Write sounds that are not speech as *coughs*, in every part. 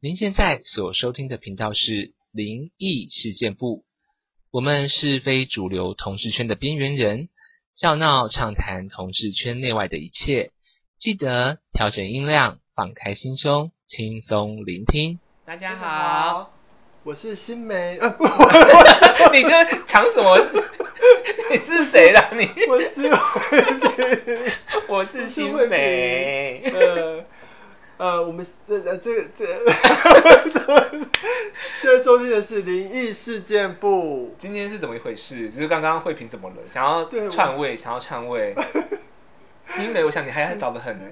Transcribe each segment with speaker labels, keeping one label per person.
Speaker 1: 您现在所收听的频道是灵异事件部，我们是非主流同志圈的边缘人，笑闹畅谈同志圈内外的一切。记得调整音量，放开心胸，轻松聆听。
Speaker 2: 大家
Speaker 3: *laughs*
Speaker 2: 好，
Speaker 3: 我是新梅，呃、
Speaker 2: 你这抢什么？ *laughs* 你是谁啦？你
Speaker 3: 我是
Speaker 2: 我是新梅，
Speaker 3: 呃呃，我们这呃这个这个，现在收听的是灵异事件部，
Speaker 2: 今天是怎么一回事？就是刚刚慧萍怎么了？想要
Speaker 3: 对我
Speaker 2: 篡位，想要篡
Speaker 3: *laughs*
Speaker 2: 位。新梅，我想你还早得很呢，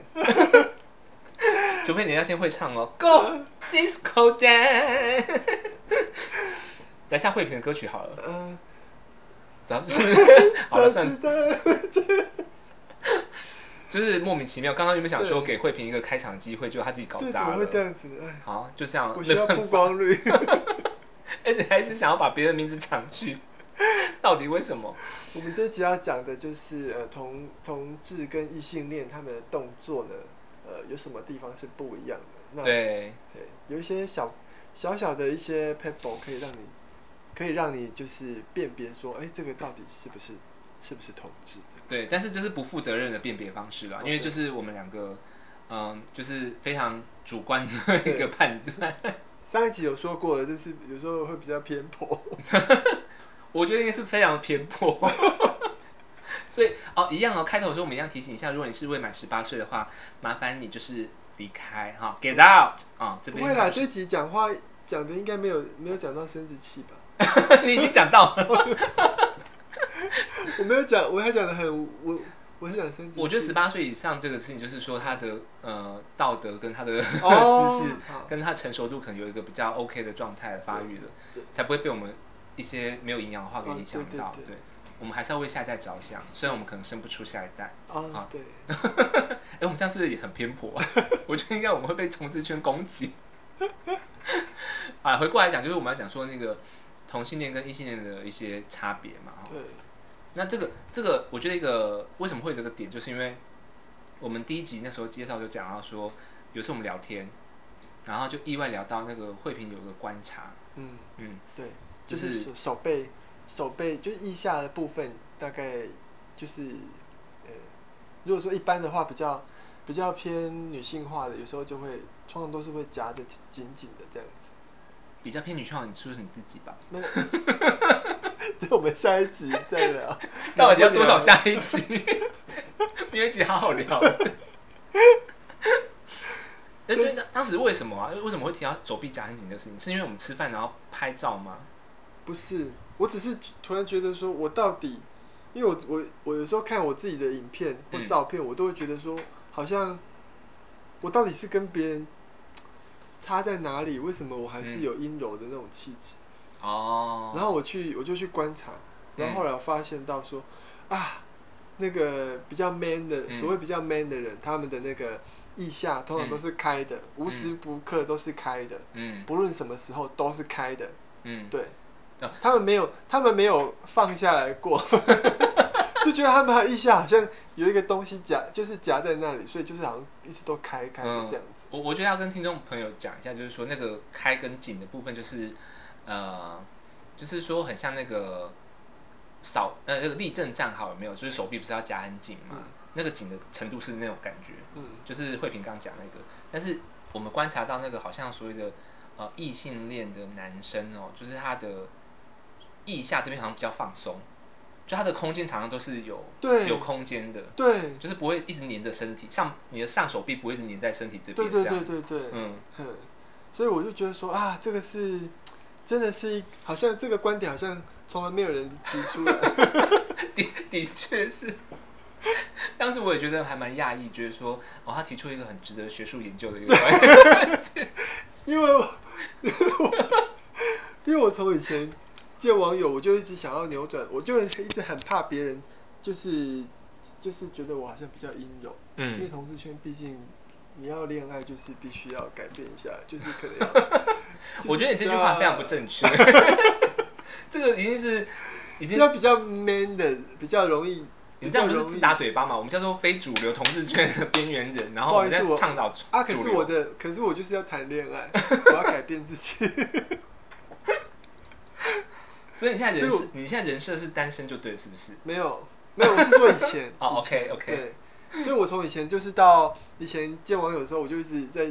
Speaker 2: 除非你要先会唱
Speaker 3: *laughs*
Speaker 2: 哦，Go Disco Dan。来下慧萍的歌曲好了，
Speaker 3: 呃，
Speaker 2: 咱们是好了
Speaker 3: *laughs* 早知
Speaker 2: 算，
Speaker 3: 道 *laughs*
Speaker 2: 就是莫名其妙。刚刚原本想说
Speaker 3: 对
Speaker 2: 给慧萍一个开场机会，就她自己搞
Speaker 3: 对，怎
Speaker 2: 砸
Speaker 3: 么
Speaker 2: 了
Speaker 3: 会。这样子？哎
Speaker 2: 好，就这样。
Speaker 3: 我需
Speaker 2: 没
Speaker 3: 要
Speaker 2: 办法
Speaker 3: 曝光
Speaker 2: *laughs*
Speaker 3: 率
Speaker 2: 而且还是想要把别人名字抢去， *laughs* 到底为什么？
Speaker 3: 我们这集要讲的就是呃同同志跟异性恋他们的动作呢，呃有什么地方是不一样的？那
Speaker 2: 对
Speaker 3: 对，有一些小小小的一些 pebble 可以让你可以让你就是辨别说，哎，这个到底是不是是不是同志的？
Speaker 2: 对，但是这是不负责任的辨别方式啦，因为就是我们两个，嗯，就是非常主观的一个判断。
Speaker 3: 上一集有说过了，就是有时候会比较偏颇。
Speaker 2: *laughs* 我觉得应该是非常偏颇。 *laughs* 所以哦，一样哦，开头的时候我们一样提醒一下，如果你是未满十八岁的话，麻烦你就是离开哈、g e t out 啊、这
Speaker 3: 不
Speaker 2: 边
Speaker 3: 会啦，
Speaker 2: 就是
Speaker 3: 这集讲话讲的应该没有没有讲到生殖器吧？
Speaker 2: *laughs*
Speaker 3: *laughs*
Speaker 2: 你已经讲到了。 *laughs*
Speaker 3: 我没有讲，我还讲的很我我是讲生殖器。
Speaker 2: 我觉得十八岁以上这个事情，就是说他的呃道德跟他的知 *laughs*
Speaker 3: 哦
Speaker 2: 识
Speaker 3: 好
Speaker 2: 跟他成熟度可能有一个比较 OK 的状态发育了
Speaker 3: 对，
Speaker 2: 才不会被我们一些没有营养的话给
Speaker 3: 哦
Speaker 2: 影响
Speaker 3: 对对
Speaker 2: 到。
Speaker 3: 对
Speaker 2: 对，我们还是要为下一代着想，虽然我们可能生不出下一代。
Speaker 3: 哦
Speaker 2: 啊 *laughs*
Speaker 3: 对
Speaker 2: 哎，我们这样是不是也很偏颇啊？ *laughs* 我觉得应该我们会被同志圈攻击。 *laughs* 啊，回过来讲，就是我们要讲说那个同性恋跟异性恋的一些差别嘛。哈
Speaker 3: 对，
Speaker 2: 那这个这个，我觉得一个为什么会有这个点，就是因为我们第一集那时候介绍就讲到说，有时候我们聊天，然后就意外聊到那个慧萍有个观察，
Speaker 3: 嗯
Speaker 2: 嗯，
Speaker 3: 对，
Speaker 2: 就
Speaker 3: 就是是手手背手背就是腋下的部分，大概就是呃，如果说一般的话，比较比较偏女性化的，有时候就会通常都是会夹的紧紧的这样子。
Speaker 2: 比较偏女性，你是不是你自己吧？。
Speaker 3: 没有，这我们下一集再聊
Speaker 2: *laughs* 到底要多少下一
Speaker 3: *laughs*
Speaker 2: 集？ *laughs* 没有一集好好聊。哎，对，当当时为什么啊？为什么会提到手臂夹很紧这个事情？是因为我们吃饭然后拍照吗？
Speaker 3: 不是，我只是突然觉得说，我到底，因为我我我有时候看我自己的影片或
Speaker 2: 嗯
Speaker 3: 照片，我都会觉得说，好像我到底是跟别人差在哪里？为什么我还是
Speaker 2: 嗯
Speaker 3: 有阴柔的那种气质？
Speaker 2: 哦
Speaker 3: 然后我去我就去观察，然
Speaker 2: 嗯
Speaker 3: 后后来我发现到说，啊，那个比较 man 的，
Speaker 2: 嗯
Speaker 3: 所谓比较 man 的人，他们的那个腋下通常都是开的，无时不刻都是开的，
Speaker 2: 嗯
Speaker 3: 不论什么时候都是开的，
Speaker 2: 嗯，
Speaker 3: 对，
Speaker 2: 啊
Speaker 3: 他们没有，他们没有放下来
Speaker 2: *laughs*
Speaker 3: 过，就觉得他们的腋下好像有一个东西夹，就是夹在那里，所以就是好像一直都开开的这样子。
Speaker 2: 嗯、我我觉得要跟听众朋友讲一下，就是说那个开跟紧的部分，就是呃，就是说很像那个扫呃那个立正站好有没有？就是手臂不是要夹很紧嘛？
Speaker 3: 嗯
Speaker 2: 那个紧的程度是那种感觉，
Speaker 3: 嗯
Speaker 2: 就是慧萍刚刚讲那个，但是我们观察到那个好像所谓的呃异性恋的男生哦，就是他的腋下这边好像比较放松，就他的空间常常都是有
Speaker 3: 对
Speaker 2: 有空间的，
Speaker 3: 对
Speaker 2: 就是不会一直粘着身体，上你的上手臂不会一直粘在身体这
Speaker 3: 对
Speaker 2: 边，嗯
Speaker 3: 对
Speaker 2: 这
Speaker 3: 对
Speaker 2: 样
Speaker 3: 对对，
Speaker 2: 嗯，
Speaker 3: 嗯，所以我就觉得说啊，这个是真的是一好像这个观点好像从来没有人提
Speaker 2: *laughs*
Speaker 3: 出来，
Speaker 2: 的的确是。当时我也觉得还蛮讶异，觉得说，哦，他提出一个很值得学术研究的一个观点， *laughs*
Speaker 3: 因为我 *laughs* 因为我从以前见网友，我就一直想要扭转，我就一直很怕别人就是就是觉得我好像比较阴柔，
Speaker 2: 嗯，
Speaker 3: 因为同志圈毕竟你要恋爱就是必须要改变一下，就是可能要
Speaker 2: 我觉得你这句话非常不正
Speaker 3: *laughs*
Speaker 2: 确，这个已经是已经
Speaker 3: 要比较 man 的，比较容易
Speaker 2: 你这样不是自打嘴巴嘛？我们叫做非主流同志圈的边缘人，然后
Speaker 3: 不
Speaker 2: 我
Speaker 3: 好
Speaker 2: 们
Speaker 3: 意
Speaker 2: 在
Speaker 3: 思，我
Speaker 2: 倡导
Speaker 3: 啊，可
Speaker 2: 主
Speaker 3: 是
Speaker 2: 流
Speaker 3: 我的，可是我就是要谈恋
Speaker 2: *laughs*
Speaker 3: 爱，我要改变自己。
Speaker 2: 所以你现在
Speaker 3: 所以
Speaker 2: 人
Speaker 3: 我
Speaker 2: 设，你现在人设是单身就对了，是不是？。
Speaker 3: 没有，没有，我是说以前
Speaker 2: *laughs* 哦
Speaker 3: 以前
Speaker 2: OK，OK
Speaker 3: 对，所以我从以前就是到以前见网友的时候，我就一直在，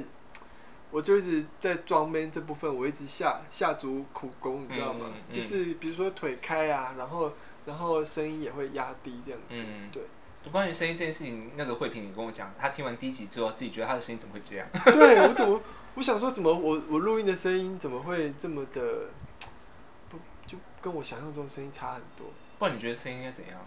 Speaker 3: 我就一直在装 man 这部分，我一直下下足苦功，你知道吗？
Speaker 2: 嗯嗯
Speaker 3: 就是比如说腿开啊，然后然后声音也会压低这样子，
Speaker 2: 嗯，
Speaker 3: 对。。
Speaker 2: 关于声音这件事情，那个慧萍你跟我讲，她听完第一集之后，自己觉得她的声音怎么会这
Speaker 3: *laughs*
Speaker 2: 样？
Speaker 3: 对我怎么，我想说怎么我我录音的声音怎么会这么的，不就跟我想象中的声音差很多？
Speaker 2: 不然你觉得声音应该怎样？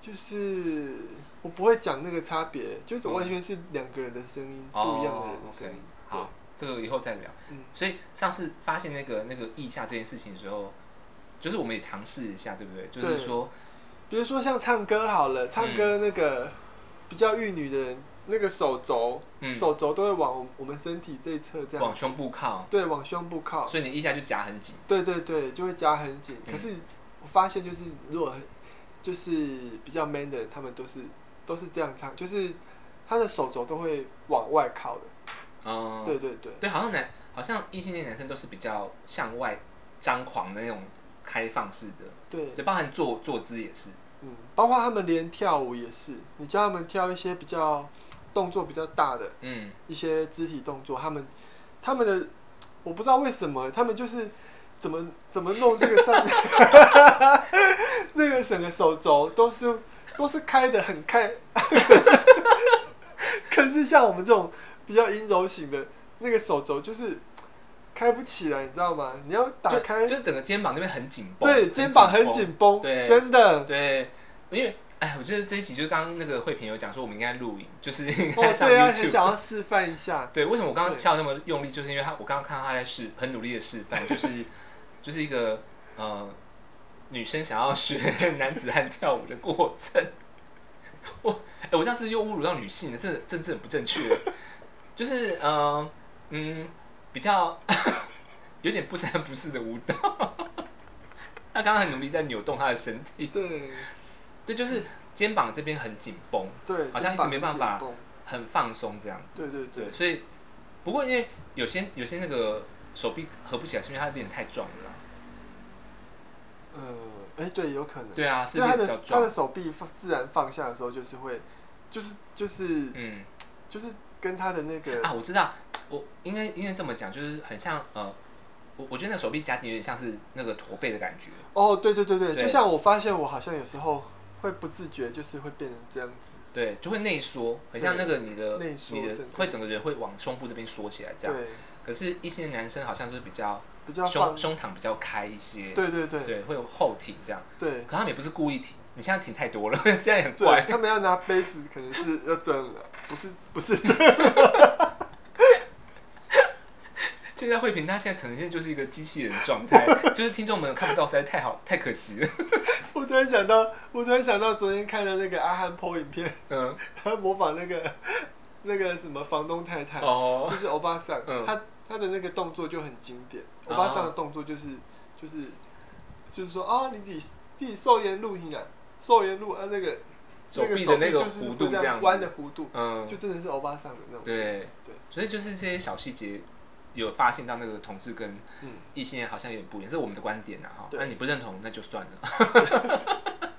Speaker 3: 就是我不会讲那个差别，就是完全是两个人的声音，嗯不一样的
Speaker 2: 哦
Speaker 3: 人的声
Speaker 2: OK，
Speaker 3: 音。
Speaker 2: 好，这个以后再聊。
Speaker 3: 嗯
Speaker 2: 所以上次发现那个那个腋下这件事情的时候，就是我们也尝试一下，对不对？
Speaker 3: 对
Speaker 2: 就是说，
Speaker 3: 比如说像唱歌好了，唱
Speaker 2: 嗯
Speaker 3: 歌那个、比较玉女的人，那个手肘，
Speaker 2: 嗯
Speaker 3: 手肘都会往我们身体这一侧这样，
Speaker 2: 往胸部靠
Speaker 3: 对，往胸部靠，
Speaker 2: 所以你腋下就夹很紧。
Speaker 3: 对对对，就会夹很紧。
Speaker 2: 嗯
Speaker 3: 可是我发现就是如果很就是比较 man 的人，他们都是都是这样唱，就是他的手肘都会往外靠的。
Speaker 2: 哦，
Speaker 3: 对对对
Speaker 2: 对，好像男，好像异性恋男生都是比较向外张狂的那种开放式的，
Speaker 3: 对
Speaker 2: 对，包含坐坐姿也是，
Speaker 3: 嗯，包括他们连跳舞也是，你教他们跳一些比较动作比较大的，
Speaker 2: 嗯
Speaker 3: 一些肢体动作，他们他们的我不知道为什么，他们就是怎么怎么弄这个
Speaker 2: *laughs*
Speaker 3: 上面，那个整个手肘都是都是开的很开， *laughs* 可是像我们这种比较阴柔型的，那个手肘就是开不起来，你知道吗？你要打
Speaker 2: 就
Speaker 3: 开，
Speaker 2: 就是整个肩膀那边很紧绷，
Speaker 3: 对，肩膀很紧绷，
Speaker 2: 对，
Speaker 3: 真的，
Speaker 2: 对，因为哎，我觉得这一集就是刚刚那个慧萍有讲说我们应该录影，就是应该
Speaker 3: 哦，
Speaker 2: 上
Speaker 3: 对
Speaker 2: YouTube，、
Speaker 3: 啊，很想要示范一下，
Speaker 2: 对，为什么我刚刚
Speaker 3: 对
Speaker 2: 笑那么用力，就是因为他，我刚刚看到他在示，很努力的示范，就是就是一个呃女生想要学 *laughs* 男子汉跳舞的过程。我哎、我这样是又侮辱到女性了，这这这很不正确。就是呃嗯，比较 *laughs* 有点不三不四的舞蹈。 *laughs* 他刚刚很努力在扭动他的身体。
Speaker 3: 对
Speaker 2: 对，就是肩膀这边很紧绷，
Speaker 3: 对
Speaker 2: 好像一
Speaker 3: 肩
Speaker 2: 直
Speaker 3: 膀
Speaker 2: 没办法
Speaker 3: 很紧绷
Speaker 2: 很放松这样子。
Speaker 3: 对对
Speaker 2: 对
Speaker 3: 对
Speaker 2: 所以不过因为有些有些那个手臂合不起来，是因为他练得太壮了啦。
Speaker 3: 呃，哎，对，有可能。
Speaker 2: 对啊是
Speaker 3: 就
Speaker 2: 不是
Speaker 3: 他
Speaker 2: 比较
Speaker 3: 的他
Speaker 2: 壮
Speaker 3: 的手臂放自然放下的时候，就是会，就是就是
Speaker 2: 嗯，
Speaker 3: 就是跟他的那个
Speaker 2: 啊，我知道，我应该应该这么讲，就是很像呃，我我觉得那手臂夹紧有点像是那个驼背的感觉。
Speaker 3: 哦，对对对对，
Speaker 2: 对
Speaker 3: 就像我发现我好像有时候会不自觉，就是会变成这样子。
Speaker 2: 对，就会内缩，很像那
Speaker 3: 对
Speaker 2: 个你的
Speaker 3: 内缩
Speaker 2: 你的
Speaker 3: 整个
Speaker 2: 会整个人会往胸部这边缩起来这样
Speaker 3: 对。
Speaker 2: 可是一些男生好像就是比较
Speaker 3: 比较
Speaker 2: 胸
Speaker 3: 放
Speaker 2: 胸膛比较开一些，
Speaker 3: 对对对
Speaker 2: 对，会有后挺这样。
Speaker 3: 对
Speaker 2: 可他们也不是故意挺，你现在挺太多了， *laughs* 现在很怪
Speaker 3: 对，。他们要拿杯子，可能是要这样的，不是不是这样。
Speaker 2: *laughs* 现在慧萍她现在呈现就是一个机器人状态， *laughs* 就是听众们看不到，实在太好太可惜了。
Speaker 3: *laughs* 我突然想到，我突然想到昨天看的那个阿汉 PO 影片，
Speaker 2: 嗯，
Speaker 3: 他模仿那个那个什么房东太太，
Speaker 2: 哦
Speaker 3: 就是欧巴桑，
Speaker 2: 嗯
Speaker 3: 他他的那个动作就很经典，
Speaker 2: 哦
Speaker 3: 欧巴桑的动作就是就是就是说啊，你自己自己寿颜露营啊，寿颜露啊那个。
Speaker 2: 手
Speaker 3: 那个
Speaker 2: 臂
Speaker 3: 手
Speaker 2: 的那
Speaker 3: 臂
Speaker 2: 个
Speaker 3: 就是
Speaker 2: 弧
Speaker 3: 会
Speaker 2: 度
Speaker 3: 这
Speaker 2: 这样
Speaker 3: 弯
Speaker 2: 子
Speaker 3: 的弧度，
Speaker 2: 嗯
Speaker 3: 就真的是欧巴桑的那种样子。
Speaker 2: 对
Speaker 3: 对，
Speaker 2: 所以就是这些小细节有发现到那个同志跟
Speaker 3: 嗯
Speaker 2: 异性恋好像有点不一样，这是我们的观点呐、哈。啊
Speaker 3: 对
Speaker 2: 那你不认同那就算
Speaker 3: *laughs*
Speaker 2: 了，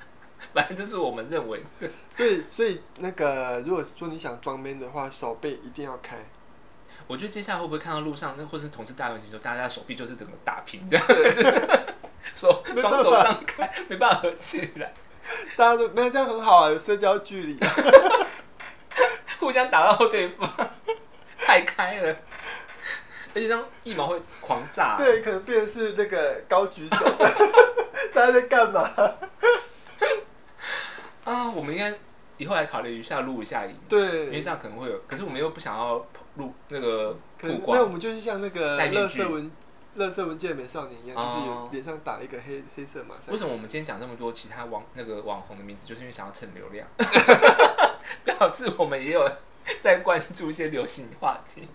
Speaker 2: 反正这是我们认为的。
Speaker 3: 对，所以那个如果说你想装 man 的话，手背一定要开。
Speaker 2: 我觉得接下来会不会看到路上那或是同事大游行的时候，大家的手臂就是整个打平这样， *laughs* 手
Speaker 3: 没
Speaker 2: 双
Speaker 3: 办
Speaker 2: 手
Speaker 3: 法
Speaker 2: 张开，没办法合起来，
Speaker 3: *laughs* 大家都那这样很好啊，有社交
Speaker 2: *laughs*
Speaker 3: 距离。
Speaker 2: 互相打到对方， *laughs* 太开了，而且这样一毛会狂炸。
Speaker 3: 对，可能变成是那个高
Speaker 2: *laughs*
Speaker 3: 举手，大家在干嘛？
Speaker 2: 啊，我们应该以后来考虑一下录一下影，
Speaker 3: 对
Speaker 2: 因为这样可能会有，可是我们又不想要录那个曝
Speaker 3: 可能
Speaker 2: 光，
Speaker 3: 那我们就是像那个
Speaker 2: 戴面
Speaker 3: 乐
Speaker 2: 具
Speaker 3: 色。文乐色文健美少年一样，就是
Speaker 2: 哦
Speaker 3: 有脸上打一个黑黑色马赛克。
Speaker 2: 为什么我们今天讲那么多其他网那个网红的名字，就是因为想要蹭流
Speaker 3: *laughs*
Speaker 2: 量， *laughs* 表示我们也有 *laughs* 在关注一些流行话题。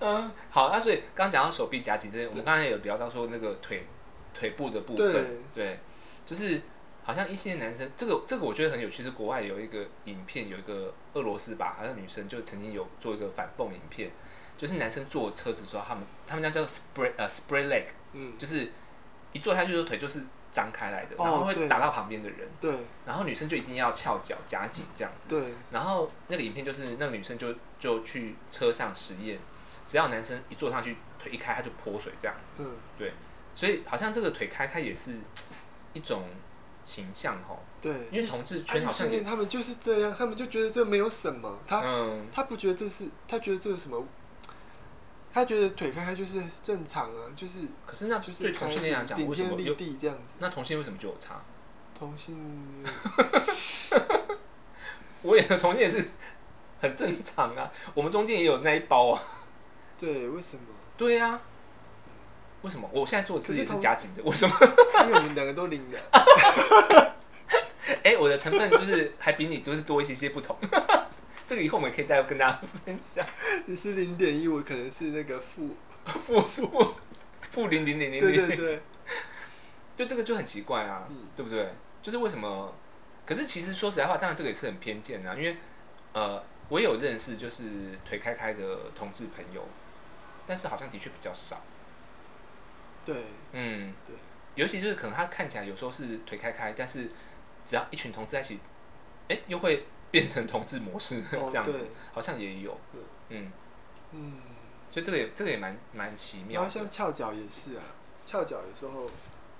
Speaker 2: 嗯，好，那所以刚讲到手臂夹紧这些，我们刚才有聊到说那个腿腿部的部分，
Speaker 3: 对
Speaker 2: 对，就是好像异性恋男生，这个这个我觉得很有趣，是国外有一个影片，有一个俄罗斯吧，好像女生就曾经有做一个反讽影片，就是男生坐车子之后，他们他们家叫 spray 呃 spray leg，
Speaker 3: 嗯
Speaker 2: 就是一坐下去的腿就是张开来的，
Speaker 3: 哦
Speaker 2: 然后会
Speaker 3: 对
Speaker 2: 打到旁边的人，
Speaker 3: 对
Speaker 2: 然后女生就一定要翘脚夹紧这样子，
Speaker 3: 对
Speaker 2: 然后那个影片就是那个女生就就去车上实验，只要男生一坐上去腿一开，他就泼水这样子，
Speaker 3: 嗯
Speaker 2: 对，所以好像这个腿开开也是一种形象吼，
Speaker 3: 对，
Speaker 2: 因为
Speaker 3: 异
Speaker 2: 同志
Speaker 3: 啊
Speaker 2: 圈好
Speaker 3: 异性
Speaker 2: 像也
Speaker 3: 恋他们就是这样，他们就觉得这没有什么，他、
Speaker 2: 嗯
Speaker 3: 他不觉得这是，他觉得这有什么，他觉得腿开开就是正常啊，就是
Speaker 2: 可是那
Speaker 3: 就是
Speaker 2: 对同性恋来讲，
Speaker 3: 顶
Speaker 2: 为什么
Speaker 3: 天立
Speaker 2: 有
Speaker 3: 地这样子，
Speaker 2: 那同性为什么就有差？
Speaker 3: 同
Speaker 2: *laughs*
Speaker 3: 性
Speaker 2: 我也同性也是很正常啊，我们中间也有那一包啊。
Speaker 3: 对
Speaker 2: *laughs*
Speaker 3: 为什么？
Speaker 2: 对呀、啊，为什么？我现在做的
Speaker 3: 可
Speaker 2: 自
Speaker 3: 是
Speaker 2: 己是
Speaker 3: 同
Speaker 2: 夹紧的，为什么？
Speaker 3: 因为我们两个都
Speaker 2: *laughs*
Speaker 3: 领的，
Speaker 2: 哎、我的成分就是还比你就是多一些些不同。 *laughs* 这个以后我们可以再跟大家分享。
Speaker 3: 你是零点一，我可能是那个负，
Speaker 2: *laughs* 负负负零零零零零。
Speaker 3: 对对对。
Speaker 2: *laughs* 就这个就很奇怪啊，
Speaker 3: 嗯
Speaker 2: 对不对？就是为什么？可是其实说实在话，当然这个也是很偏见啊，因为呃，我也有认识就是腿开开的同志朋友，但是好像的确比较少。
Speaker 3: 对，
Speaker 2: 嗯，
Speaker 3: 对，
Speaker 2: 尤其就是可能他看起来有时候是腿开开，但是只要一群同志在一起，哎，又会变成同志模式、*laughs*
Speaker 3: 哦
Speaker 2: 这样子
Speaker 3: 对，
Speaker 2: 好像也有
Speaker 3: 对。
Speaker 2: 嗯，
Speaker 3: 嗯，
Speaker 2: 所以这个也这个也蛮蛮奇妙
Speaker 3: 然
Speaker 2: 的。
Speaker 3: 后像翘脚也是啊，翘脚有时候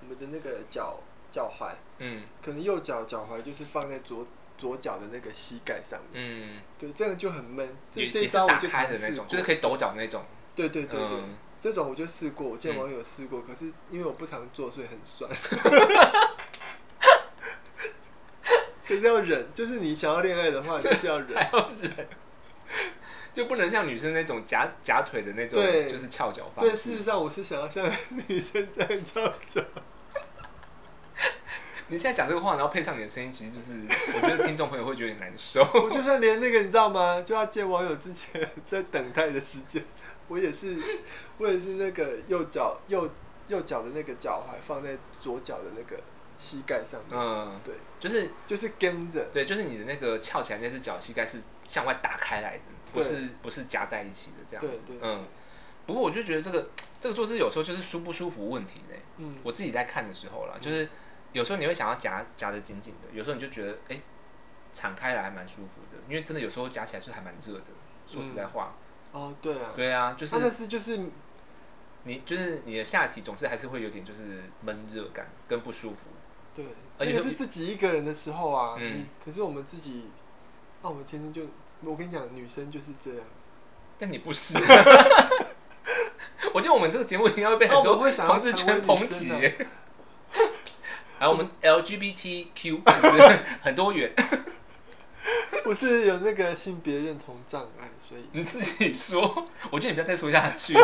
Speaker 3: 我们的那个脚脚踝，
Speaker 2: 嗯
Speaker 3: 可能右脚脚踝就是放在左左脚的那个膝盖上面，
Speaker 2: 嗯，
Speaker 3: 对，这样就很闷。这
Speaker 2: 也
Speaker 3: 这
Speaker 2: 也
Speaker 3: 一
Speaker 2: 是
Speaker 3: 招我
Speaker 2: 打
Speaker 3: 就
Speaker 2: 开
Speaker 3: 尝
Speaker 2: 的
Speaker 3: 试
Speaker 2: 那种，
Speaker 3: 过
Speaker 2: 就是可以抖脚的那种。
Speaker 3: 对对对对，
Speaker 2: 嗯
Speaker 3: 这种我就试过，我见网友
Speaker 2: 嗯
Speaker 3: 试过，可是因为我不常做，所以很
Speaker 2: *laughs*
Speaker 3: 酸。可是要忍，就是你想要恋爱的话，就是要忍
Speaker 2: *laughs* 还。要忍，就不能像女生那种夹夹腿的那种
Speaker 3: 对，，
Speaker 2: 就是翘脚法。
Speaker 3: 对，事实上我是想要像女生这样翘脚。
Speaker 2: 你现在讲这个话，然后配上你的声音，其实就是，我觉得听众朋友会觉得你难受。
Speaker 3: *laughs* 我就算连那个你知道吗？就要见网友之前，在等待的时间，我也是，我也是那个右脚右右脚的那个脚踝放在左脚的那个膝盖上面。
Speaker 2: 嗯，
Speaker 3: 对，
Speaker 2: 就是
Speaker 3: 就是跟着。
Speaker 2: 对，就是你的那个翘起来那只脚膝盖是向外打开来的，不
Speaker 3: 对
Speaker 2: 是不是夹在一起的这样子。
Speaker 3: 对对
Speaker 2: 嗯
Speaker 3: 对，
Speaker 2: 不过我就觉得这个这个坐姿有时候就是舒不舒服问题呢。
Speaker 3: 嗯
Speaker 2: 我自己在看的时候啦，就是有时候你会想要夹夹得紧紧的，有时候你就觉得哎，敞开来还蛮舒服的，因为真的有时候夹起来是还蛮热的。说实在话，
Speaker 3: 哦，对啊，
Speaker 2: 对啊就是
Speaker 3: 啊但是就是
Speaker 2: 你就是你的下体总是还是会有点就是闷热感跟不舒服。
Speaker 3: 对，
Speaker 2: 而且
Speaker 3: 那
Speaker 2: 就
Speaker 3: 个
Speaker 2: 是
Speaker 3: 自己一个人的时候啊，
Speaker 2: 嗯
Speaker 3: 嗯，可是我们自己，那、我们天生就，我跟你讲，女生就是这样， *laughs*
Speaker 2: 但你不是。 *laughs* 我觉得我们这个节目应该会被
Speaker 3: 那
Speaker 2: 很
Speaker 3: 哦我
Speaker 2: 多
Speaker 3: 们会想要
Speaker 2: 同志
Speaker 3: 成
Speaker 2: 圈
Speaker 3: 为
Speaker 2: 捧
Speaker 3: 女
Speaker 2: 起
Speaker 3: 生
Speaker 2: *laughs*
Speaker 3: 啊
Speaker 2: 耶。然后
Speaker 3: *laughs*
Speaker 2: 我们 LGBTQ 是不是很多元？ *laughs*
Speaker 3: 我是有那个性别认同障碍，所以
Speaker 2: 你自己说，我觉得你不要再说下
Speaker 3: *laughs*
Speaker 2: 去。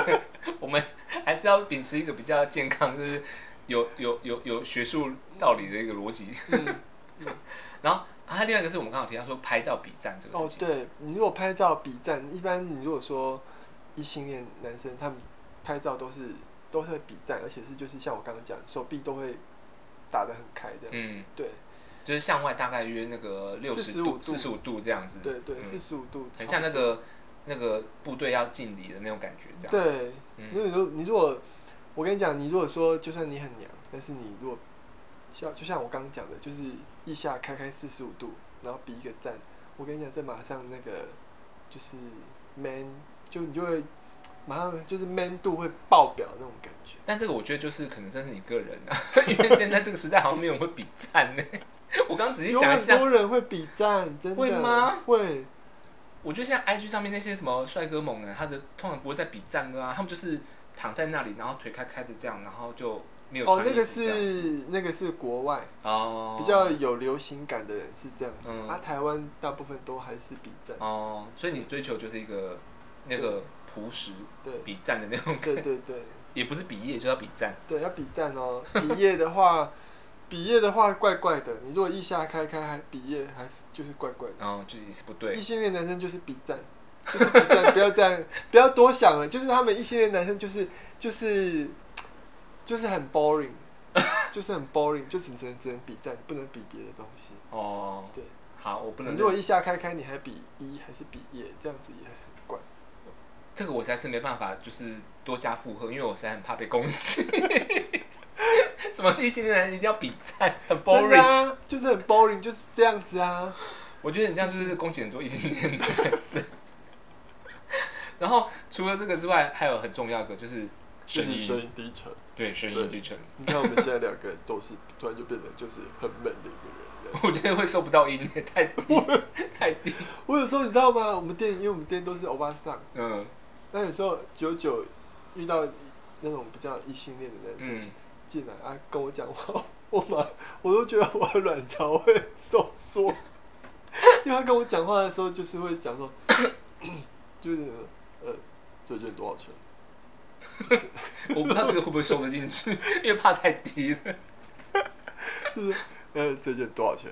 Speaker 2: 我们还是要秉持一个比较健康，就是有有有有学术道理的一个逻辑。
Speaker 3: 嗯嗯
Speaker 2: *laughs* 然后还有另外一个是我们刚好提到说拍照比赞这个
Speaker 3: 哦
Speaker 2: 事，情。
Speaker 3: 对你如果拍照比赞，一般你如果说异性恋男生他们拍照都是都是比赞，而且是就是像我刚刚讲，手臂都会打得很开这样子，
Speaker 2: 嗯
Speaker 3: 对，
Speaker 2: 就是向外大概约那个六十
Speaker 3: 45
Speaker 2: 度、
Speaker 3: 度
Speaker 2: 四十五度这样子。
Speaker 3: 对对
Speaker 2: 嗯
Speaker 3: 45度
Speaker 2: 很像
Speaker 3: 差
Speaker 2: 那
Speaker 3: 不多
Speaker 2: 个那个部队要敬礼的那种感觉，这样。
Speaker 3: 对，因为
Speaker 2: 嗯，
Speaker 3: 如果你如果我跟你讲，你如果说就算你很娘，但是你如果像就像我刚刚讲的，就是腋下开开四十五度，然后比一个赞，我跟你讲，这马上那个就是 man，就你就会马上就是 man 度会爆表那种感觉。
Speaker 2: 但这个我觉得就是可能真是你个人啊，因为现在这个时代好像没有人会比赞呢。 *laughs* 我刚仔细
Speaker 3: 有
Speaker 2: 想一
Speaker 3: 很
Speaker 2: 下，
Speaker 3: 多人会比赞，真的
Speaker 2: 会吗？
Speaker 3: 会。
Speaker 2: 我觉得像 IG 上面那些什么帅哥猛男，他的通常不会在比赞的啊，他们就是躺在那里，然后腿开开的这样，然后就没有
Speaker 3: 哦
Speaker 2: 穿，
Speaker 3: 那
Speaker 2: 衣
Speaker 3: 个
Speaker 2: 服这样子
Speaker 3: 是那个是国外
Speaker 2: 哦
Speaker 3: 比较有流行感的人是这样子，
Speaker 2: 嗯
Speaker 3: 啊，台湾大部分都还是比赞。
Speaker 2: 哦，所以你追求就是一个那个朴实
Speaker 3: 对
Speaker 2: 比赞的那种感觉，
Speaker 3: 对对对
Speaker 2: 也不是比耶，就要比赞。
Speaker 3: 对，要比赞
Speaker 2: *laughs*
Speaker 3: 哦。比耶的话，比耶的话怪怪的。你如果腋下开开还比耶，还是就是怪怪的。
Speaker 2: 然后就是也是不对
Speaker 3: 异。性恋男生就是比赞， *laughs* 就是比赞，不要这样，不要多想了。就是他们异性恋男生就是就是就是很 boring，就是很 boring，就只能只能比战，不能比别的东西。
Speaker 2: 哦，
Speaker 3: 对，
Speaker 2: 好，我不能。
Speaker 3: 你如果一下开开，你还比一还是比耶，这样子也很怪。
Speaker 2: 这个我实在是没办法，就是多加附和，因为我实在很怕被攻
Speaker 3: *laughs*
Speaker 2: 击。什么异性恋男一定要比赛，很
Speaker 3: 真的
Speaker 2: boring。
Speaker 3: 啊，就是很 boring，就是这样子啊。
Speaker 2: 我觉得你这样就是攻击很多异性恋男生。然后除了这个之外，还有很重要的就是
Speaker 3: 就是
Speaker 2: 声音，
Speaker 3: 声音低沉。
Speaker 2: 对，声音低沉。
Speaker 3: 你看我们现在两个都是突然就变成就是很闷的一个人。
Speaker 2: *laughs* 我觉得会收不到音，太低， *laughs* 太低。
Speaker 3: 我有时候你知道吗？我们店因为我们店都是欧巴桑，
Speaker 2: 嗯，
Speaker 3: 那有时候久久遇到那种比较异性恋的男生
Speaker 2: 嗯
Speaker 3: 进来啊跟我讲话，我马我都觉得我的卵巢会收缩，
Speaker 2: *laughs*
Speaker 3: 因为他跟我讲话的时候就是会讲说， *coughs* 就是呃这件多少钱？
Speaker 2: *laughs* 我不知道这个会不会收得进去， *laughs* 因为怕太低了。
Speaker 3: *laughs* 就是呃这件多少钱？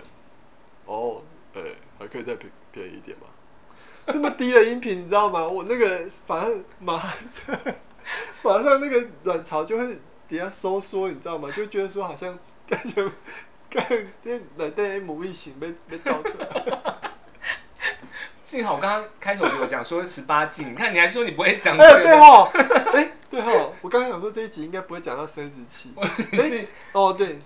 Speaker 3: 哦，呃还可以再便便宜一点吗？这么低的音频你知道吗？我那个反正马上马上那个卵巢就会底下收缩，你知道吗？就觉得说好像干什么干这奶袋母异形被被倒出来。
Speaker 2: 幸好我刚刚开头就有讲说十八禁，你看你还说你不会 *laughs* 讲这
Speaker 3: 哎、
Speaker 2: 个，
Speaker 3: 对吼，
Speaker 2: *laughs*
Speaker 3: 哎、对吼，我刚刚想说这一集应该不会讲到生殖器，
Speaker 2: 我
Speaker 3: 哎、
Speaker 2: 你是
Speaker 3: 哦对，
Speaker 2: *laughs*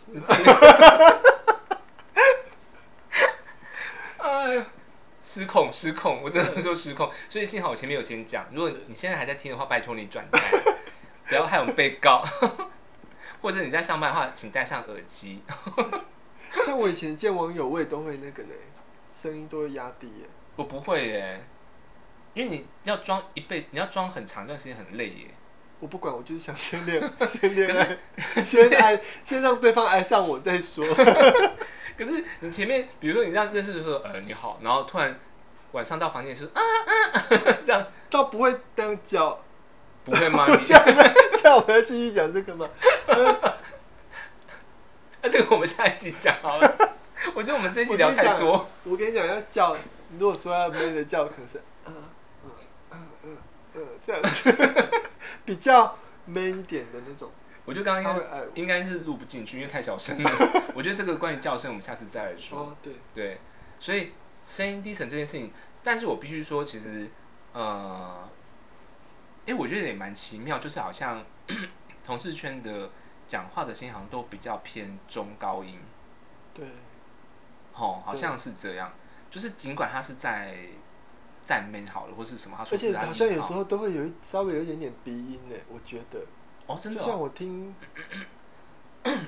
Speaker 2: 哎呦，失控失控，我真的说失控。所以幸好我前面有先讲，如果你现在还在听的话，拜托你
Speaker 3: *laughs*
Speaker 2: 转台，不要害我们被告。 *laughs* 或者你在上班的话，请戴上耳机。
Speaker 3: *laughs* 像我以前见网友，我也都会那个呢，声音都会压低耶。
Speaker 2: 我不会耶，因为你要装一辈，你要装很长一段时间，很累耶。
Speaker 3: 我不管，我就是想
Speaker 2: *laughs*
Speaker 3: 先恋，先恋
Speaker 2: 可是
Speaker 3: 爱，先爱， *laughs* 先让对方爱上我再说。 *laughs*
Speaker 2: 可是你前面，比如说你这样认识的时候，呃，你好，然后突然晚上到房间说啊啊， *laughs* 这样
Speaker 3: 倒不会这样叫，
Speaker 2: 不会吗？
Speaker 3: *laughs* 我
Speaker 2: 你
Speaker 3: 现在现在我们要继续讲这个吗？
Speaker 2: *laughs* 那这个我们下一集讲 *laughs* 好了。我觉得我们这一集
Speaker 3: 我跟
Speaker 2: 聊
Speaker 3: 你
Speaker 2: 太
Speaker 3: 讲
Speaker 2: *laughs* 多。
Speaker 3: 我跟你讲，要叫，如果说要闷的叫，可能是嗯嗯嗯嗯嗯这
Speaker 2: *laughs*
Speaker 3: 样子，比较闷一点的那种。
Speaker 2: 我觉得刚刚
Speaker 3: 他
Speaker 2: 应
Speaker 3: 会呃爱我
Speaker 2: 该应该是录不进去，因为太小
Speaker 3: *laughs*
Speaker 2: 声了。我觉得这个关于叫声，我们下次再来说。
Speaker 3: 哦对
Speaker 2: 对，所以声音低沉这件事情，但是我必须说，其实呃，哎，我觉得也蛮奇妙，就是好像 *clears throat* 同事圈的讲话的声音好像都比较偏中高音，
Speaker 3: 对，
Speaker 2: 哦，好
Speaker 3: 对
Speaker 2: 像是这样。就是尽管他是在赞美好了，或是什么，他说
Speaker 3: 而
Speaker 2: 是
Speaker 3: 且
Speaker 2: 他
Speaker 3: 好
Speaker 2: 音
Speaker 3: 像有时候都会有一稍微有一点点鼻音呢，我觉得。
Speaker 2: 哦真的
Speaker 3: 就
Speaker 2: 哦
Speaker 3: 像
Speaker 2: *clears throat*
Speaker 3: 我听，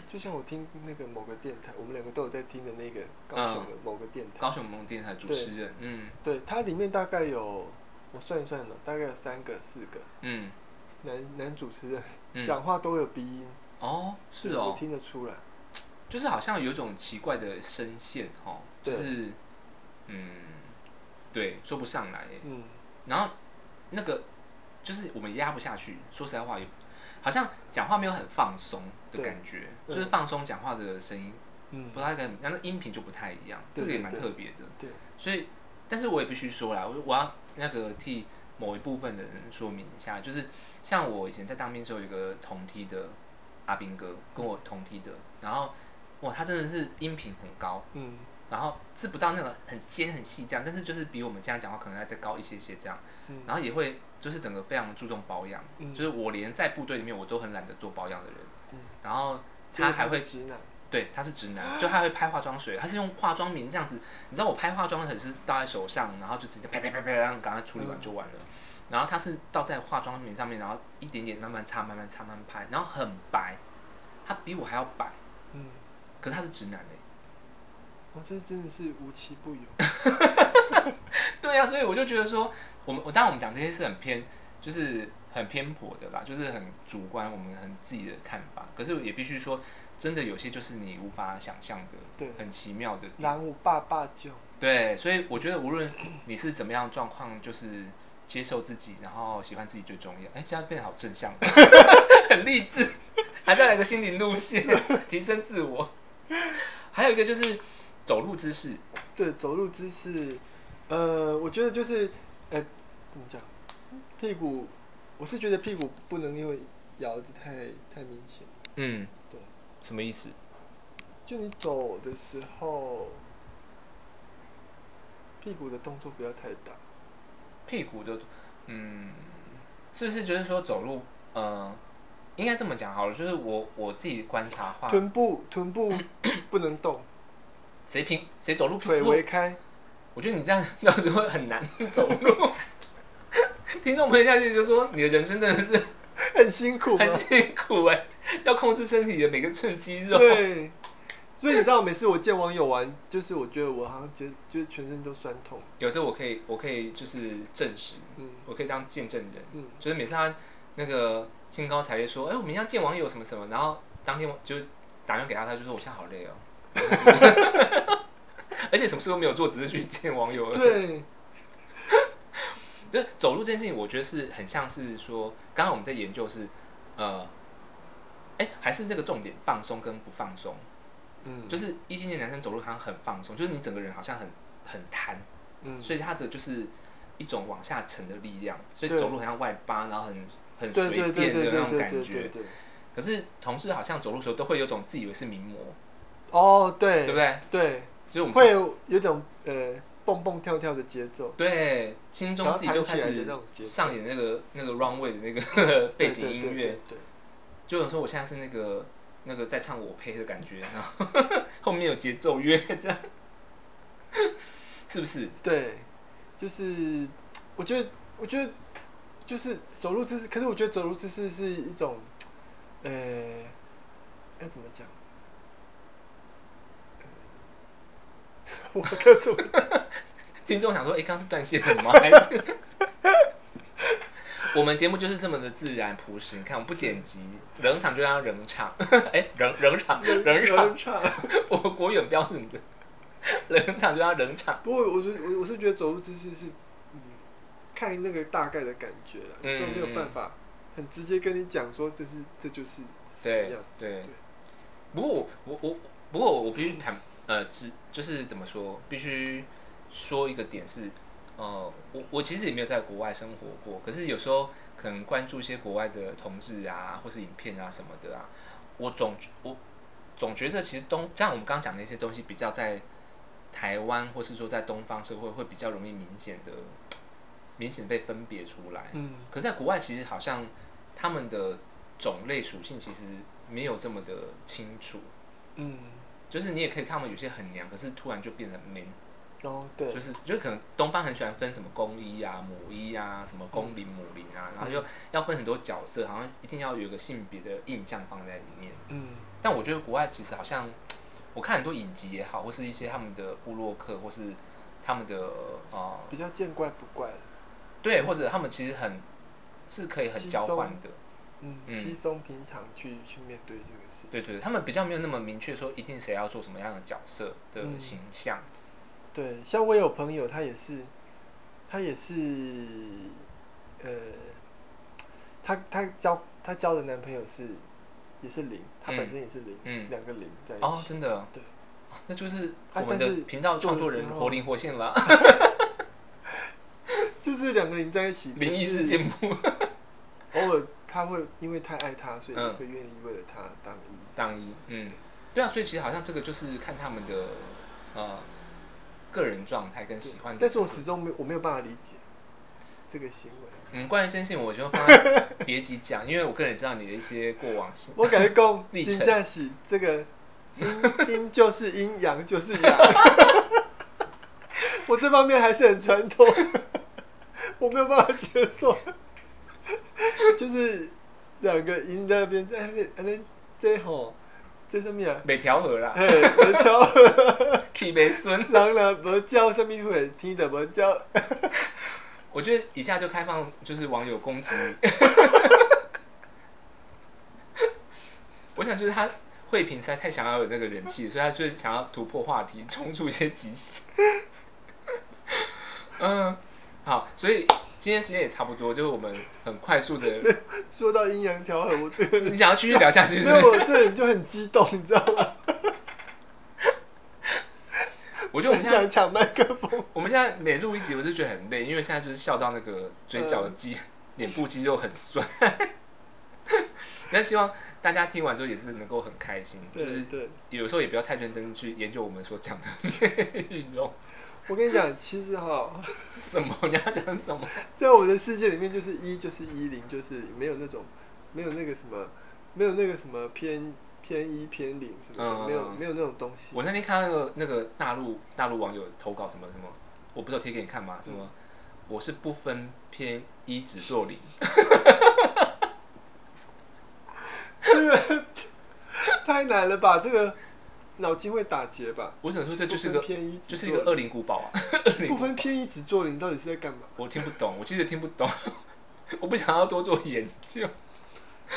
Speaker 3: 就像我听那个某个电台，我们两个都有在听的那个高雄的
Speaker 2: 嗯
Speaker 3: 某个电台。
Speaker 2: 高雄某个电台主持
Speaker 3: 对
Speaker 2: 人嗯
Speaker 3: 对，它里面大概有，我算一算了，大概有三个、四个
Speaker 2: 嗯，
Speaker 3: 男男主持
Speaker 2: 嗯
Speaker 3: 人，讲话都有鼻音。
Speaker 2: 哦是
Speaker 3: 对
Speaker 2: 哦，
Speaker 3: 我听得出来。
Speaker 2: 就是好像有一种奇怪的声线哦，就
Speaker 3: 对
Speaker 2: 是嗯，对，说不上来耶，
Speaker 3: 嗯
Speaker 2: 然后那个就是我们压不下去，说实在话也好像讲话没有很放松的
Speaker 3: 对
Speaker 2: 感觉，就
Speaker 3: 嗯
Speaker 2: 是放松讲话的声音，
Speaker 3: 嗯
Speaker 2: 不太该，然后音频就不太一样，这
Speaker 3: 对
Speaker 2: 个也
Speaker 3: 对
Speaker 2: 蛮
Speaker 3: 对
Speaker 2: 特别的，
Speaker 3: 对
Speaker 2: 所以但是我也必须说啦，我我要那个替某一部分的人说明一下，就是像我以前在当兵的时候，有一个同梯的阿兵哥跟我同梯的，然后哇，他真的是音频很高，
Speaker 3: 嗯
Speaker 2: 然后是不到那个很尖很细这样，但是就是比我们这样讲话可能要再高一些些这样，
Speaker 3: 嗯
Speaker 2: 然后也会就是整个非常注重保养，
Speaker 3: 嗯
Speaker 2: 就是我连在部队里面我都很懒得做保养的人，
Speaker 3: 嗯
Speaker 2: 然后
Speaker 3: 结
Speaker 2: 他
Speaker 3: 果
Speaker 2: 还
Speaker 3: 他是
Speaker 2: 会
Speaker 3: 直男
Speaker 2: 对，他是直男，就他会拍化妆水，他是用化妆棉这样子，你知道我拍化妆水是倒在手上，然后就直接啪啪啪啪，然后赶快处理完就完了。然后他是倒在化妆棉上面，然后一点点慢慢擦，慢慢擦，慢慢拍，然后很白，他比我还要白，
Speaker 3: 嗯，
Speaker 2: 可是他是直男嘞、
Speaker 3: 我这真的是无奇不有。
Speaker 2: *laughs* 对啊，所以我就觉得说，我们我当然我们讲这些是很偏，就是很偏颇的啦，就是很主观，我们很自己的看法。可是也必须说，真的有些就是你无法想象的，
Speaker 3: 对
Speaker 2: 很奇妙的点。
Speaker 3: 南无爸爸囧。
Speaker 2: 对，所以我觉得无论你是怎么样的状况，就是接受自己，然后喜欢自己最重要。哎，现在变得好正向， *laughs* 很励志，还是要来个心灵路线，提升自我。 *laughs* 还有一个就是走路姿势，
Speaker 3: 对，走路姿势，呃，我觉得就是，呃，怎么讲，屁股，我是觉得屁股不能因为摇的太太明显，
Speaker 2: 嗯，
Speaker 3: 对，
Speaker 2: 什么意思？
Speaker 3: 就你走的时候，屁股的动作不要太大。
Speaker 2: 屁股的，嗯，是不是就是说走路，嗯，应该这么讲好了，就是我我自己观察的话，
Speaker 3: 臀部臀部不能动，
Speaker 2: 谁平谁走路平
Speaker 3: 腿
Speaker 2: 路
Speaker 3: 围开，
Speaker 2: 我觉得你这样到时候很难走路。 *laughs* 听众朋友下去就说你的人生真的是
Speaker 3: 很辛苦
Speaker 2: 很
Speaker 3: 吗
Speaker 2: 辛苦哎、要控制身体的每个寸肌肉。
Speaker 3: 对，所以你知道每次我见网友玩，就是我觉得我好像觉得就是全身都酸痛。
Speaker 2: 有这我可以，我可以就是证实，
Speaker 3: 嗯
Speaker 2: 我可以当见证人，
Speaker 3: 嗯
Speaker 2: 就是每次他那个兴高采烈说，哎、我明天要见网友什么什么，然后当天就打电话给他，他就说我现在好累哦， *laughs* 而且什么事都没有做，只是去见网友而已。
Speaker 3: 对，
Speaker 2: 就是走路这件事情，我觉得是很像是说，刚刚我们在研究是，呃，哎，还是那个重点，放松跟不放松。
Speaker 3: 嗯
Speaker 2: 就是异性恋男生走路好像很放松，就是你整个人好像很很弹，
Speaker 3: 嗯
Speaker 2: 所以他的就是一种往下沉的力量，所以
Speaker 3: 对
Speaker 2: 走路好像外八，然后很很
Speaker 3: 对
Speaker 2: 随
Speaker 3: 对对
Speaker 2: 便的
Speaker 3: 对
Speaker 2: 那种
Speaker 3: 对
Speaker 2: 感
Speaker 3: 对
Speaker 2: 觉
Speaker 3: 对对。
Speaker 2: 可是同事好像走路的时候都会有种自以为是名模，
Speaker 3: 哦，对，
Speaker 2: 对不对
Speaker 3: 对，
Speaker 2: 就是我们
Speaker 3: 会有有种呃蹦蹦跳跳的节奏。
Speaker 2: 对，心中自己就开
Speaker 3: 想要弹起来的
Speaker 2: 始
Speaker 3: 那种节奏嗯
Speaker 2: 上演那个那个 runway 的那个背景音乐，
Speaker 3: 对对对对
Speaker 2: 就有时候我现在是那个那个在唱我呸的感觉，然后 *laughs* 后面有节奏乐这样， *laughs* 是不是？
Speaker 3: 对，就是我觉得，我觉得就是走路姿势，可是我觉得走路姿势是一种，呃，要怎么讲？ *laughs* 呃我该怎么讲？ *laughs*
Speaker 2: *laughs* 听众想说，哎、刚刚是断线了吗？还是我们节目就是这么的自然朴实？你看，我们不剪辑，冷场就让它冷
Speaker 3: *laughs*
Speaker 2: 场，哎、冷冷场，
Speaker 3: 冷
Speaker 2: 冷场，
Speaker 3: 冷场
Speaker 2: *laughs* 我国语很标准的，冷场就让它冷场。
Speaker 3: 不过我是我我是觉得走路姿势是，嗯，看那个大概的感觉了，所以没有办法很直接跟你讲说这是这就是什么
Speaker 2: 对
Speaker 3: 样子
Speaker 2: 对。不过我我我不过我必须谈呃，只就是怎么说，必须说一个点是，呃，我我其实也没有在国外生活过，可是有时候可能关注一些国外的同志啊，或是影片啊什么的啊，我总我总觉得其实东像我们刚刚讲的一些东西，比较在台湾或是说在东方社会会比较容易明显的明显被分别出来，
Speaker 3: 嗯
Speaker 2: 可是在国外其实好像他们的种类属性其实没有这么的清楚，
Speaker 3: 嗯，
Speaker 2: 就是你也可以看到有些很娘，可是突然就变得很 man。
Speaker 3: 哦对，
Speaker 2: 就是就是可能东方很喜欢分什么公医啊、母医啊、什么公
Speaker 3: 嗯
Speaker 2: 龄、母龄啊，然后就要分很多角色，好像一定要有一个性别的印象放在里面。
Speaker 3: 嗯
Speaker 2: 但我觉得国外其实好像，我看很多影集也好，或是一些他们的部落客，或是他们的呃，
Speaker 3: 比较见怪不怪了。
Speaker 2: 对，或者他们其实很是可以很
Speaker 3: 稀
Speaker 2: 交
Speaker 3: 松
Speaker 2: 换的，
Speaker 3: 嗯，
Speaker 2: 嗯
Speaker 3: 稀松平常去去面对这个事情。
Speaker 2: 对对，他们比较没有那么明确说一定谁要做什么样的角色的
Speaker 3: 嗯
Speaker 2: 形象，
Speaker 3: 对，像我有朋友，他也是，他也是，呃，他他交他交的男朋友是也是零，他本
Speaker 2: 嗯
Speaker 3: 身也是零，
Speaker 2: 嗯
Speaker 3: 两个零在一起。
Speaker 2: 哦，真的，
Speaker 3: 对， *laughs*
Speaker 2: 啊那就是我
Speaker 3: 啊
Speaker 2: 们
Speaker 3: 但
Speaker 2: 的
Speaker 3: 是
Speaker 2: 频道
Speaker 3: 做
Speaker 2: 创
Speaker 3: 的
Speaker 2: 作
Speaker 3: 时
Speaker 2: 人
Speaker 3: 候
Speaker 2: 活灵活现
Speaker 3: *laughs*
Speaker 2: 了，
Speaker 3: 就是两个零在一起。可
Speaker 2: 灵异事
Speaker 3: 是
Speaker 2: 件部
Speaker 3: *laughs* 偶尔他会因为太爱他，所以
Speaker 2: 嗯
Speaker 3: 会愿意为了他当医生。
Speaker 2: 上衣，嗯，对啊，所以其实好像这个就是看他们的呃个人状态跟喜欢的，
Speaker 3: 但是我始终没我没有办法理解这个行为。
Speaker 2: 嗯，关于真性，我就放
Speaker 3: *laughs*
Speaker 2: 在别急讲，因为我个人知道你的一些过往性
Speaker 3: 我感觉讲
Speaker 2: *laughs* 历
Speaker 3: 真
Speaker 2: 程
Speaker 3: 正，是这
Speaker 2: *laughs*
Speaker 3: 个阴阴就是阴，阳就是阳。 *laughs* 我这方面还是很传统， *laughs* 我没有办法接受， *laughs* 就是两个阴在那边，哎那那这吼这什么啊？
Speaker 2: 没调和啦，
Speaker 3: 嘿，无鸟，
Speaker 2: *laughs* 气没顺
Speaker 3: *laughs* 人若无鸟，什么会？天就无鸟。 *laughs*
Speaker 2: 我觉得以下就开放，就是网友攻击你。 *laughs* 我想就是他慧萍实在太想要有那个人气，所以他就是想要突破话题，冲出一些极限。 *laughs* 嗯，好，所以今天时间也差不多，就是我们很快速的，
Speaker 3: *laughs* 说到阴阳调和，我这个
Speaker 2: 你想要继续聊下去是
Speaker 3: 所
Speaker 2: 不
Speaker 3: 以
Speaker 2: 是
Speaker 3: 我这人就很激动，你知道吗？ *laughs*
Speaker 2: 我觉得我们现在
Speaker 3: 很想抢麦克风。
Speaker 2: 我们现在每录一集，我就觉得很累，因为 *laughs*
Speaker 3: 嗯
Speaker 2: 现在就是笑到那个嘴角的肌、脸部肌肉很酸。 *laughs* 那希望大家听完之后也是能够很开心，就
Speaker 3: 对
Speaker 2: 是
Speaker 3: 对
Speaker 2: 有时候也不要太认真去研究我们所讲
Speaker 3: *laughs*
Speaker 2: 的内容。
Speaker 3: 我跟你讲，其实哈，
Speaker 2: *laughs* 什么？你要讲什
Speaker 3: *laughs*
Speaker 2: 么？
Speaker 3: 在我的世界里面，就是一就是一，零就是没有那种，没有那个什么，没有那个什么偏偏一偏零什么的，没有没有那种东西。
Speaker 2: 嗯我那天看那个那个大陆大陆网友投稿什么什么，我不是有贴给你看吗？什么、
Speaker 3: 嗯
Speaker 2: 我是不分偏一指做零，
Speaker 3: 这个太难了吧？这个脑筋会打结吧？
Speaker 2: 我只能说这就是
Speaker 3: 不
Speaker 2: 个
Speaker 3: 分偏一，
Speaker 2: 就是一个恶灵古
Speaker 3: *laughs*
Speaker 2: 堡啊，恶灵
Speaker 3: 不
Speaker 2: 古堡
Speaker 3: 分偏一只做零到底是在干嘛？
Speaker 2: 我听不懂，我其实听不懂， *laughs* 我不想要多做研究。 *laughs*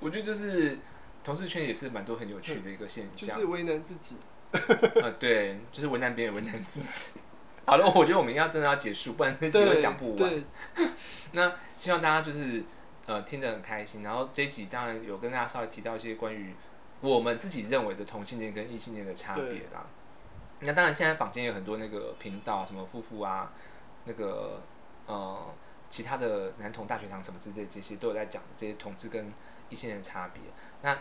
Speaker 2: 我觉得就是同事圈也是蛮多很有趣的一个现
Speaker 3: 就
Speaker 2: 象，*laughs*
Speaker 3: 是为难自己。 *laughs*
Speaker 2: 呃，对，就是为难别人，为难自己。 *laughs* 好了，我觉得我们要真的要结束，不然这集会讲不完
Speaker 3: 对。
Speaker 2: *laughs* 那希望大家就是呃听得很开心，然后这一集当然有跟大家稍微提到一些关于我们自己认为的同性恋跟异性恋的差别啦。那当然，现在坊间有很多那个频道，什么夫妇啊，那个呃其他的男童大学堂什么之类的，这些都有在讲这些同志跟异性恋的差别。那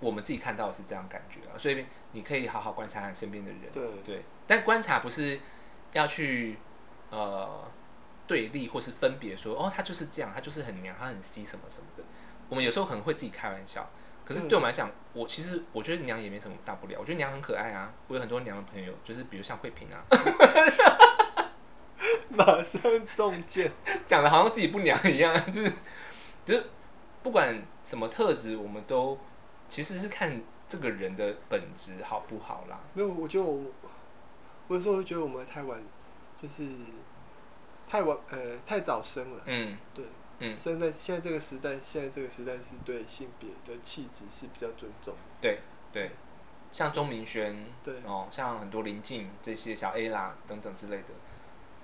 Speaker 2: 我们自己看到的是这样感觉啊，所以你可以好好观察身边的人，
Speaker 3: 对
Speaker 2: 对，但观察不是要去呃对立或是分别说，哦，他就是这样，他就是很娘，他很 C 什么什么的。我们有时候可能会自己开玩笑，可是对我们来讲，我其实我觉得娘也没什么大不了，我觉得娘很可爱啊，我有很多娘的朋友，就是比如像慧萍啊， *laughs*
Speaker 3: *laughs* 马上中箭。
Speaker 2: 讲的好像自己不娘一样，就是就是不管什么特质，我们都其实是看这个人的本质好不好啦。
Speaker 3: 没有，我觉得我，我有时候会觉得我们太晚，就是太晚，呃，太早生了。
Speaker 2: 嗯
Speaker 3: 对，
Speaker 2: 嗯
Speaker 3: 生在现在这个时代，现在这个时代是对性别的气质是比较尊重的。
Speaker 2: 对对，像钟明轩，
Speaker 3: 对
Speaker 2: 哦，像很多林静这些小 A 啦等等之类的，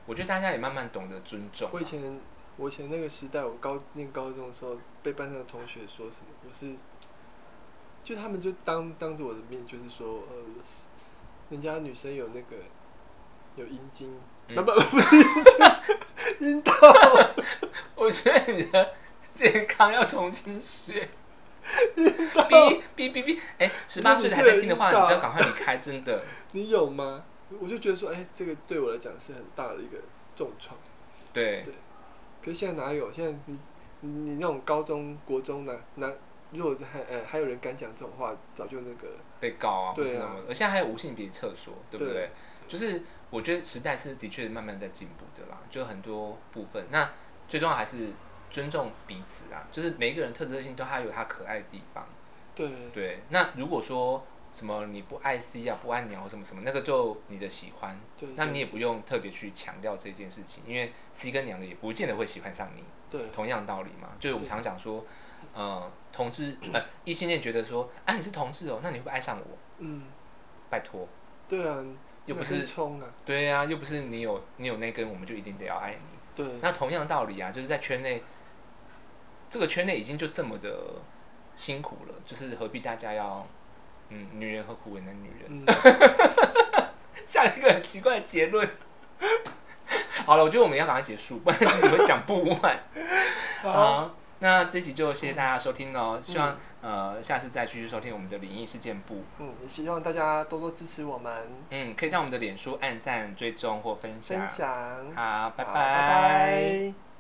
Speaker 2: 我觉得大家也慢慢懂得尊重啦。啊
Speaker 3: 我以前，我以前那个时代，我高念高中的时候，被班上的同学说什么，我是，就他们就当当着我的面，就是说，呃，人家女生有那个有阴茎，
Speaker 2: 嗯
Speaker 3: 那 *laughs* 不不是阴茎，阴道。
Speaker 2: *laughs* 我觉得你的 *laughs* 健康要重新学。哔哔哔哔！哎， *laughs* 十八岁的还在听的话，
Speaker 3: 那
Speaker 2: 你就
Speaker 3: 你是
Speaker 2: 要赶快离开，真的。
Speaker 3: *laughs* 你有吗？我就觉得说，哎、这个对我来讲是很大的一个重创。
Speaker 2: 对
Speaker 3: 对，可是现在哪有？现在你你你那种高中、国中呢，那如果还呃还有人敢讲这种话，早就那个了。
Speaker 2: 被告啊，或是
Speaker 3: 对
Speaker 2: 什
Speaker 3: 啊
Speaker 2: 么的，而现在还有无性别厕所，对不对？
Speaker 3: 对
Speaker 2: 就是我觉得时代是的确慢慢在进步的啦，就很多部分。那最重要还是尊重彼此啊，就是每一个人特质特性都他有他可爱的地方。
Speaker 3: 对
Speaker 2: 对，那如果说什么你不爱 C 啊，不爱鸟什么什么，那个就你的喜欢，
Speaker 3: 对
Speaker 2: 那
Speaker 3: 对
Speaker 2: 你也不用特别去强调这件事情，因为 C 跟娘的也不见得会喜欢上你，
Speaker 3: 对
Speaker 2: 同样道理嘛，就是我们
Speaker 3: 对
Speaker 2: 常讲说，呃，同志呃异性恋觉得说，啊你是同志哦，那你会不会爱上我？
Speaker 3: 嗯，
Speaker 2: 拜托，
Speaker 3: 对啊，
Speaker 2: 又不
Speaker 3: 那
Speaker 2: 是
Speaker 3: 很冲啊，
Speaker 2: 对啊，又不是你有你有那根，我们就一定得要爱你。
Speaker 3: 对
Speaker 2: 那同样道理啊，就是在圈内，这个圈内已经就这么的辛苦了，就是何必大家要，嗯，女人何苦为难女人？
Speaker 3: 嗯
Speaker 2: *laughs* 下了一个很奇怪的结论。好了，我觉得我们要赶快结束，不然自己会讲不完。
Speaker 3: *laughs* 好
Speaker 2: 好，那这期就谢谢大家收听喽，希望、呃下次再继续收听我们的灵异事件部。
Speaker 3: 嗯，也希望大家多多支持我们。
Speaker 2: 嗯，可以在我们的脸书按赞、追踪或分享。
Speaker 3: 分享
Speaker 2: 好，拜
Speaker 3: 好
Speaker 2: 拜。
Speaker 3: 拜拜